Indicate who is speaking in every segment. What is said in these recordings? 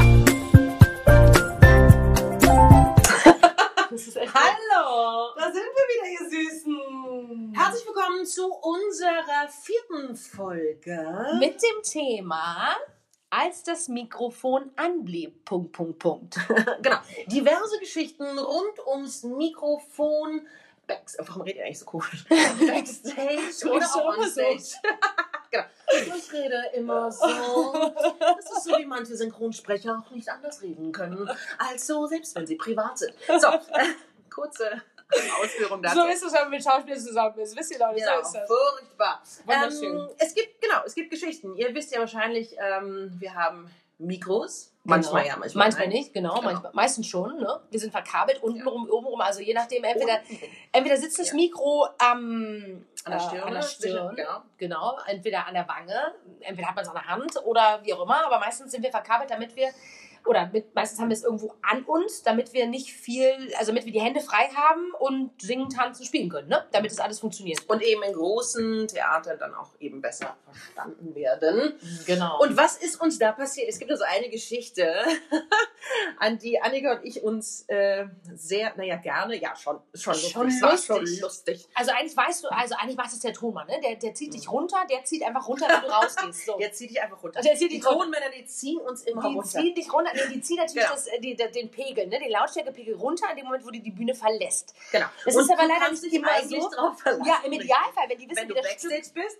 Speaker 1: herzlich willkommen zu unserer vierten Folge.
Speaker 2: Mit dem Thema, als das Mikrofon anblieb. Punkt, Punkt, Punkt.
Speaker 1: genau. Diverse Geschichten rund ums Mikrofon. Backs Warum redet ihr eigentlich so komisch? Backstage oder auch
Speaker 2: immer so.
Speaker 1: onstage. genau. Ich rede immer so. Das ist so, wie manche Synchronsprecher auch nicht anders reden können, als so, selbst wenn sie privat sind. So, äh, kurze Ausführung dazu.
Speaker 2: So ist es, wenn man mit Schauspielern zusammen ist. Wisst ihr doch nicht,
Speaker 1: Genau,
Speaker 2: so ist das.
Speaker 1: furchtbar.
Speaker 2: Wunderschön.
Speaker 1: Ähm, es gibt, genau, es gibt Geschichten. Ihr wisst ja wahrscheinlich, ähm, wir haben Mikros. Manchmal
Speaker 2: genau.
Speaker 1: ja, manchmal, nein.
Speaker 2: nicht, genau.
Speaker 1: Genau.
Speaker 2: Manchmal, meistens schon. Ne? Wir sind verkabelt, untenrum, obenrum. Also je nachdem, entweder,
Speaker 1: Unten
Speaker 2: entweder sitzt das
Speaker 1: Ja.
Speaker 2: Mikro am,
Speaker 1: äh, an der
Speaker 2: äh,
Speaker 1: Stirn.
Speaker 2: an der Stirn.
Speaker 1: Genau.
Speaker 2: Genau, entweder an der Wange, entweder hat man es an der Hand oder wie auch immer, aber meistens sind wir verkabelt, damit wir, oder mit, meistens haben wir es irgendwo an uns, damit wir nicht viel, also damit wir die Hände frei haben und singen, tanzen, spielen können, ne? Damit das alles funktioniert.
Speaker 1: Und eben in großen Theatern dann auch eben besser verstanden werden.
Speaker 2: Genau. Und
Speaker 1: Und was ist uns da passiert? Es gibt also eine Geschichte, an die Annika und ich uns äh, sehr, naja, gerne, ja, schon, schon,
Speaker 2: Schon
Speaker 1: lustig. Es war
Speaker 2: lustig.
Speaker 1: schon lustig.
Speaker 2: also eigentlich weißt du, also eigentlich macht es der Thomann, ne? Der, der zieht dich runter, der zieht einfach runter, wenn du rausgehst. So.
Speaker 1: Mhm. Jetzt zieh dich einfach runter.
Speaker 2: Der zieht
Speaker 1: die
Speaker 2: Also dich runter.
Speaker 1: Tonmänner, die ziehen uns immer
Speaker 2: Die
Speaker 1: runter.
Speaker 2: ziehen dich runter, nee, die ziehen natürlich
Speaker 1: Genau.
Speaker 2: das, äh, die, der- den Pegel, ne? den Lautstärkepegel runter in dem Moment, wo die die Bühne verlässt.
Speaker 1: Genau.
Speaker 2: Das
Speaker 1: Und
Speaker 2: ist aber
Speaker 1: du
Speaker 2: leider
Speaker 1: kannst
Speaker 2: nicht
Speaker 1: dich
Speaker 2: immer
Speaker 1: eigentlich
Speaker 2: so.
Speaker 1: drauf verlassen.
Speaker 2: Ja, im Idealfall, wenn die wissen,
Speaker 1: Wenn
Speaker 2: wie
Speaker 1: du
Speaker 2: das Stück-
Speaker 1: Backstage bist,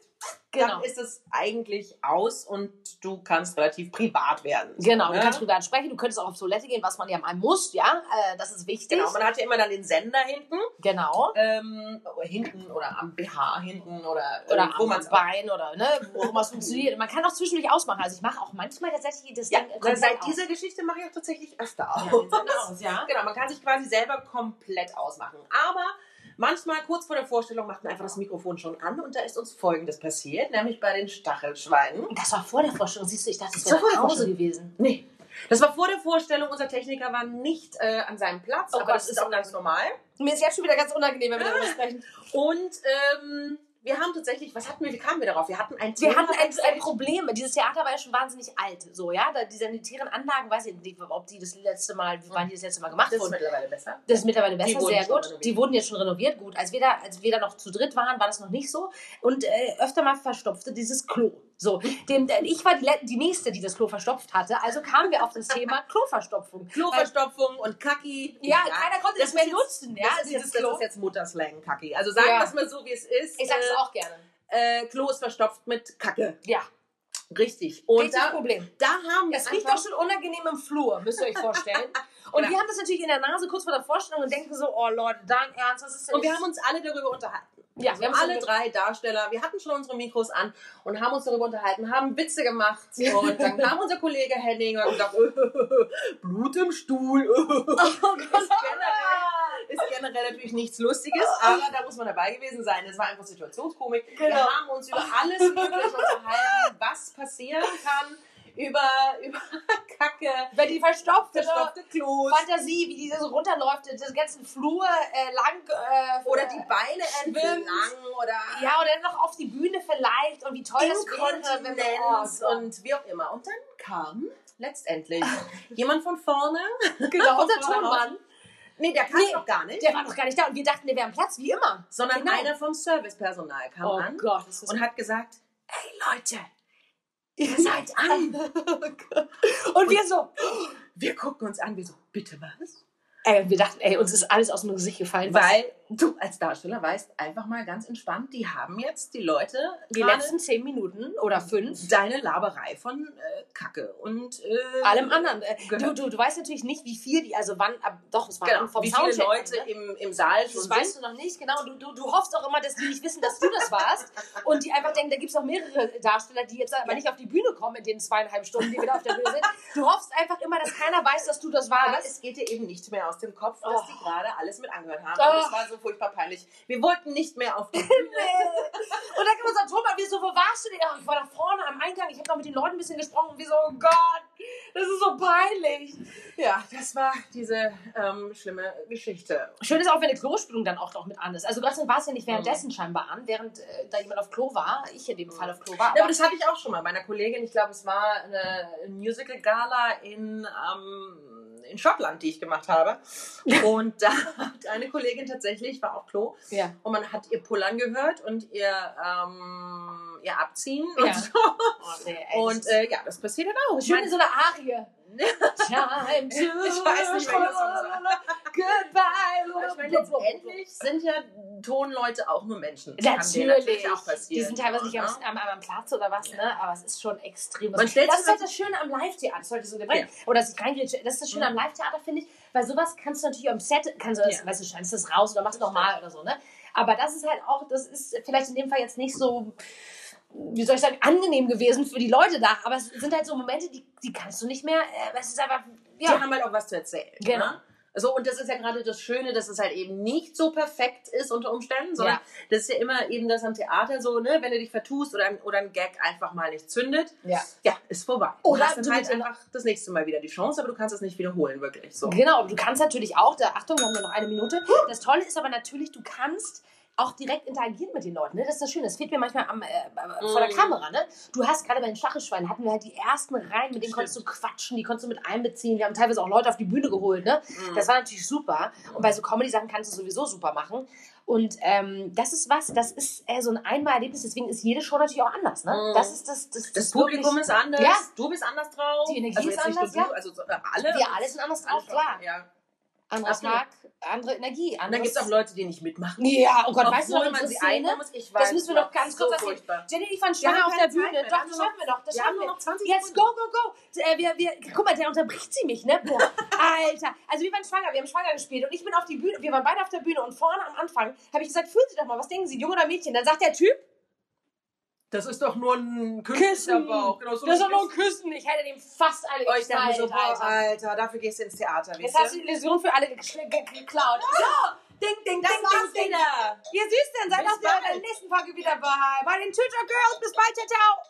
Speaker 2: genau.
Speaker 1: dann ist es eigentlich aus und du kannst relativ privat werden.
Speaker 2: Genau,
Speaker 1: ne?
Speaker 2: du kannst privat sprechen, du könntest auch auf Toilette gehen, was man ja mal muss, ja, äh, das ist wichtig.
Speaker 1: Genau, man hat ja immer dann den Sender hinten,
Speaker 2: Genau.
Speaker 1: ähm, oder hinten oder am BH hinten oder, äh,
Speaker 2: Oder
Speaker 1: wo
Speaker 2: am
Speaker 1: man's auch-
Speaker 2: Bein oder ne, wo man es funktioniert. Man kann auch zwischendurch ausmachen. Also ich mache auch manchmal tatsächlich das
Speaker 1: Ja,
Speaker 2: Ding
Speaker 1: dann seit
Speaker 2: komplett
Speaker 1: dieser Geschichte mache ich auch tatsächlich öfter
Speaker 2: aus.
Speaker 1: auf.
Speaker 2: Ja, den Sender aus, ja.
Speaker 1: Genau, man kann sich quasi selber komplett ausmachen. Aber manchmal, kurz vor der Vorstellung, macht man einfach das Mikrofon schon an und da ist uns Folgendes passiert, nämlich bei den Stachelschweinen.
Speaker 2: Und Das war vor der Vorstellung, siehst du, ich dachte, das
Speaker 1: Das war vor
Speaker 2: wäre nach
Speaker 1: der
Speaker 2: Hause
Speaker 1: Vorstellung.
Speaker 2: gewesen.
Speaker 1: Nee. Das war vor der Vorstellung. Unser Techniker war nicht äh, an seinem Platz,
Speaker 2: Oh
Speaker 1: aber
Speaker 2: Gott,
Speaker 1: das ist
Speaker 2: das
Speaker 1: auch ganz normal.
Speaker 2: Mir ist jetzt schon wieder ganz unangenehm, wenn wir darüber sprechen.
Speaker 1: Und ähm, wir haben tatsächlich, was hatten wir, wie kamen wir darauf? Wir hatten ein
Speaker 2: Wir
Speaker 1: Thema
Speaker 2: hatten ein, ein
Speaker 1: Backstage.
Speaker 2: Problem. Dieses Theater war ja schon wahnsinnig alt. So, ja, da, die sanitären Anlagen, weiß ich nicht, ob die das letzte Mal, wann die das letzte Mal
Speaker 1: Hm.
Speaker 2: gemacht
Speaker 1: Das ist
Speaker 2: wurden.
Speaker 1: mittlerweile besser.
Speaker 2: Das ist mittlerweile
Speaker 1: Die
Speaker 2: besser,
Speaker 1: wurden
Speaker 2: sehr
Speaker 1: schon
Speaker 2: gut.
Speaker 1: renoviert.
Speaker 2: Die wurden jetzt schon renoviert, gut. Als wir, da, als wir da noch zu dritt waren, war das noch nicht so. Und äh, öfter mal verstopfte dieses Klo. So, dem, denn ich war die, Let- die Nächste, die das Klo verstopft hatte. Also kamen wir auf das Thema Kloverstopfung.
Speaker 1: Kloverstopfung und Kacki.
Speaker 2: Ja, keiner konnte das,
Speaker 1: ist
Speaker 2: mehr
Speaker 1: jetzt-
Speaker 2: nutzen. Ja,
Speaker 1: das, ist
Speaker 2: dieses
Speaker 1: jetzt, das
Speaker 2: Klo.
Speaker 1: ist jetzt Mutterslang, Kacki. Also sagen
Speaker 2: Ja.
Speaker 1: wir es mal so, wie es ist.
Speaker 2: ich sag's
Speaker 1: Äh,
Speaker 2: auch gerne.
Speaker 1: Äh, Klo ist verstopft mit Kacke.
Speaker 2: Ja,
Speaker 1: Richtig. Und
Speaker 2: richtig
Speaker 1: da,
Speaker 2: Problem.
Speaker 1: da haben wir
Speaker 2: Das riecht
Speaker 1: einfach-
Speaker 2: doch schon unangenehm im Flur, müsst ihr euch vorstellen. Und
Speaker 1: Genau.
Speaker 2: wir haben das natürlich in der Nase kurz vor der Vorstellung und denken so, oh Leute, dein Ernst, was ist denn
Speaker 1: Und wir
Speaker 2: jetzt-
Speaker 1: haben uns alle darüber unterhalten.
Speaker 2: Ja, Also wir
Speaker 1: wir haben
Speaker 2: haben
Speaker 1: alle
Speaker 2: schon-
Speaker 1: drei Darsteller, wir hatten schon unsere Mikros an und haben uns darüber unterhalten, haben Witze gemacht. Und dann kam unser Kollege Henning und hat gesagt, Blut im Stuhl.
Speaker 2: Oh
Speaker 1: ist, generell, ist generell natürlich nichts Lustiges, aber da muss man dabei gewesen sein. Es war einfach Situationskomik. Wir
Speaker 2: Genau.
Speaker 1: haben uns über alles Mögliche unterhalten, was passieren kann, über, über Kacke,
Speaker 2: wenn die verstopft, verstopft
Speaker 1: verstopfte Klos.
Speaker 2: Fantasie, wie die so runterläuft, den ganzen Flur äh, lang. Äh,
Speaker 1: Oder die Beine
Speaker 2: Schwimmt.
Speaker 1: entlang oder
Speaker 2: Ja, oder noch auf die Bühne vielleicht und wie
Speaker 1: Oh,
Speaker 2: toll das wäre, wenn
Speaker 1: Inkontinenz
Speaker 2: wir
Speaker 1: und wie auch immer. Und dann kam letztendlich jemand von vorne.
Speaker 2: genau, unser
Speaker 1: von vorne
Speaker 2: Tonmann,
Speaker 1: Nee, der kam
Speaker 2: Nee,
Speaker 1: noch gar nicht.
Speaker 2: der war noch gar nicht da und wir dachten, der wäre am Platz, wie immer.
Speaker 1: sondern
Speaker 2: Genau. Oh
Speaker 1: einer vom Servicepersonal kam an
Speaker 2: Gott, das
Speaker 1: und hat gesagt, hey Leute, ihr
Speaker 2: Ihr seid
Speaker 1: seid an.
Speaker 2: Oh Und wir so,
Speaker 1: Wir gucken uns an, wir so, bitte was?
Speaker 2: ey, und Äh, wir dachten, ey, uns ist alles aus dem Gesicht gefallen, was
Speaker 1: Weil du als Darsteller weißt, einfach mal ganz entspannt, die haben jetzt die Leute
Speaker 2: die
Speaker 1: gerade Mhm.
Speaker 2: letzten zehn Minuten oder fünf
Speaker 1: deine Laberei von äh, Kacke und äh,
Speaker 2: allem anderen. äh, Du,
Speaker 1: gehört.
Speaker 2: du, du weißt natürlich nicht, wie viel die, also wann, ab, doch, es war
Speaker 1: Genau,
Speaker 2: vom
Speaker 1: wie viele
Speaker 2: Soundcheck an,
Speaker 1: Leute
Speaker 2: ne?
Speaker 1: im, im Saal schon
Speaker 2: Das
Speaker 1: sind.
Speaker 2: weißt du noch nicht, genau. Du, du, du hoffst auch immer, dass die nicht wissen, dass du das warst. Und die einfach denken, da gibt es noch mehrere Darsteller, die jetzt aber
Speaker 1: Ja.
Speaker 2: nicht auf die Bühne kommen in den zweieinhalb Stunden, die wir da auf der Bühne sind. Du hoffst einfach immer, dass keiner weiß, dass du das
Speaker 1: Aber
Speaker 2: warst.
Speaker 1: es geht dir eben nicht mehr aus dem Kopf, dass
Speaker 2: Oh.
Speaker 1: die gerade alles mit angehört haben.
Speaker 2: Oh.
Speaker 1: Und es war so furchtbar peinlich. Wir wollten nicht mehr auf die Bühne.
Speaker 2: Und dann kommt unser Thomas, wir so, wo warst du denn? Ja, ich war da vorne am Eingang, ich habe noch mit den Leuten ein bisschen gesprochen. Und wir so, oh Gott, das ist so peinlich.
Speaker 1: ja, das war diese ähm, schlimme Geschichte.
Speaker 2: Schön ist auch, wenn eine Klospülung dann auch noch mit an ist. Also Gott sei Dank war es ja nicht
Speaker 1: Mhm.
Speaker 2: währenddessen scheinbar an, während äh, da jemand auf Klo war. Ich in dem Fall auf Klo war.
Speaker 1: Mhm. Ja, aber das hatte ich auch schon mal bei einer Kollegin. Ich glaube, es war eine Musical-Gala in ähm, in Schottland, die ich gemacht habe. Und da hat eine Kollegin tatsächlich, war auf Klo,
Speaker 2: Ja.
Speaker 1: und man hat ihr Pullern gehört und ihr, ähm, ihr Abziehen. Und,
Speaker 2: Ja.
Speaker 1: so.
Speaker 2: Oh, nee,
Speaker 1: und äh, ja, das passiert dann auch.
Speaker 2: Schön in so einer Arie. Time to
Speaker 1: Ich weiß nicht, welcher Song das
Speaker 2: Goodbye.
Speaker 1: Ich meine, letztendlich sind ja Tonleute auch nur Menschen. Das kann
Speaker 2: Natürlich.
Speaker 1: denen auch passieren.
Speaker 2: die sind teilweise nicht am,
Speaker 1: ne?
Speaker 2: am, am Platz oder was, ne? aber es ist schon extrem.
Speaker 1: Man stellt
Speaker 2: das
Speaker 1: sich
Speaker 2: ist halt das Schöne am Live-Theater, sollte so gemeint. Oder sich reingrätschen. Das ist das Schöne am Live-Theater, finde ich, weil sowas kannst du natürlich am Set, kannst du das,
Speaker 1: Ja.
Speaker 2: weißt du, schneidest das raus oder machst nochmal oder so, ne? Aber das ist halt auch, das ist vielleicht in dem Fall jetzt nicht so, wie soll ich sagen, angenehm gewesen für die Leute da, aber es sind halt so Momente, die, die kannst du nicht mehr, äh, es ist einfach, ja.
Speaker 1: Die haben halt auch was zu erzählen.
Speaker 2: Genau.
Speaker 1: Ne? So, und das ist ja gerade das Schöne, dass es halt eben nicht so perfekt ist unter Umständen, sondern
Speaker 2: Ja.
Speaker 1: das ist ja immer eben das am Theater so, ne, wenn du dich vertust oder ein, oder ein Gag einfach mal nicht zündet,
Speaker 2: ja.
Speaker 1: ja, ist vorbei.
Speaker 2: Oder
Speaker 1: du hast
Speaker 2: du
Speaker 1: dann halt
Speaker 2: bist in-
Speaker 1: einfach das nächste Mal wieder die Chance, aber du kannst es nicht wiederholen, wirklich. So.
Speaker 2: Genau, du kannst natürlich auch, da, Achtung, wir haben nur noch eine Minute. Das Tolle ist aber natürlich, du kannst auch direkt interagieren mit den Leuten. Ne? Das ist das Schöne. Das fehlt mir manchmal am, äh, äh, vor der
Speaker 1: Mm.
Speaker 2: Kamera. Ne? Du hast gerade bei den Stachelschweinen, hatten wir halt die ersten Reihen, mit denen konntest du quatschen, die konntest du mit einbeziehen. Wir haben teilweise auch Leute auf die Bühne geholt. Ne?
Speaker 1: Mhm.
Speaker 2: Das war natürlich super. Und bei so Comedy-Sachen kannst du sowieso super machen. Und ähm, das ist was, das ist äh, so ein Einmalerlebnis. Deswegen ist jede Show natürlich auch anders. Ne?
Speaker 1: Mm.
Speaker 2: Das ist das, das,
Speaker 1: das Publikum
Speaker 2: wirklich-
Speaker 1: ist anders,
Speaker 2: Ja.
Speaker 1: du bist anders drauf.
Speaker 2: Die Energie
Speaker 1: also
Speaker 2: ist
Speaker 1: jetzt nicht
Speaker 2: anders,
Speaker 1: nur du,
Speaker 2: ja.
Speaker 1: also so, äh, alle.
Speaker 2: Wir alle sind anders drauf,
Speaker 1: Alles
Speaker 2: klar.
Speaker 1: Ja.
Speaker 2: Anderer
Speaker 1: Absolut.
Speaker 2: Tag, andere Energie.
Speaker 1: Und dann
Speaker 2: Anderes
Speaker 1: gibt es auch Leute, die nicht mitmachen.
Speaker 2: Ja, oh Gott, weißt du noch
Speaker 1: Obwohl
Speaker 2: unsere
Speaker 1: man sie
Speaker 2: Szene?
Speaker 1: einbauen muss, ich
Speaker 2: Das
Speaker 1: weiß,
Speaker 2: müssen wir
Speaker 1: war
Speaker 2: noch ganz
Speaker 1: so
Speaker 2: kurz erzählen.
Speaker 1: furchtbar.
Speaker 2: Jenny, die fand
Speaker 1: Wir
Speaker 2: schwanger
Speaker 1: haben
Speaker 2: auf der
Speaker 1: keine Zeit
Speaker 2: Bühne.
Speaker 1: mehr.
Speaker 2: Doch,
Speaker 1: Wir haben
Speaker 2: das
Speaker 1: nur
Speaker 2: schaffen wir doch. Das
Speaker 1: wir
Speaker 2: schaffen
Speaker 1: haben
Speaker 2: wir.
Speaker 1: nur noch 20
Speaker 2: Jetzt, go, go, go. Äh, wir, wir, guck mal, der unterbricht sie mich, ne? Boah, Alter. Also wir waren schwanger, wir haben schwanger gespielt und ich bin auf die Bühne, wir waren beide auf der Bühne und vorne am Anfang habe ich gesagt, fühlen Sie doch mal, was denken Sie, Junge oder Mädchen? Dann sagt der Typ,
Speaker 1: Das ist doch nur ein
Speaker 2: Küssen.
Speaker 1: Künstlerbauch. Genau so
Speaker 2: das ist doch
Speaker 1: ein
Speaker 2: nur ein "Oh, Küssen. Ich hätte dem fast alle
Speaker 1: Oh, ich dachte mir
Speaker 2: geknallt,
Speaker 1: so, boah,
Speaker 2: Alter.
Speaker 1: Alter, dafür gehst du ins Theater,
Speaker 2: Jetzt hast du die Illusion für alle gekl- ge- geklaut. So, ding, ding, ding, ding, ding.
Speaker 1: wieder.
Speaker 2: Ihr Süßen, seid
Speaker 1: Bis
Speaker 2: auch wieder in der
Speaker 1: bald.
Speaker 2: nächsten Folge wieder bei, bei den Tutor Girls. Bis bald, ciao, ciao.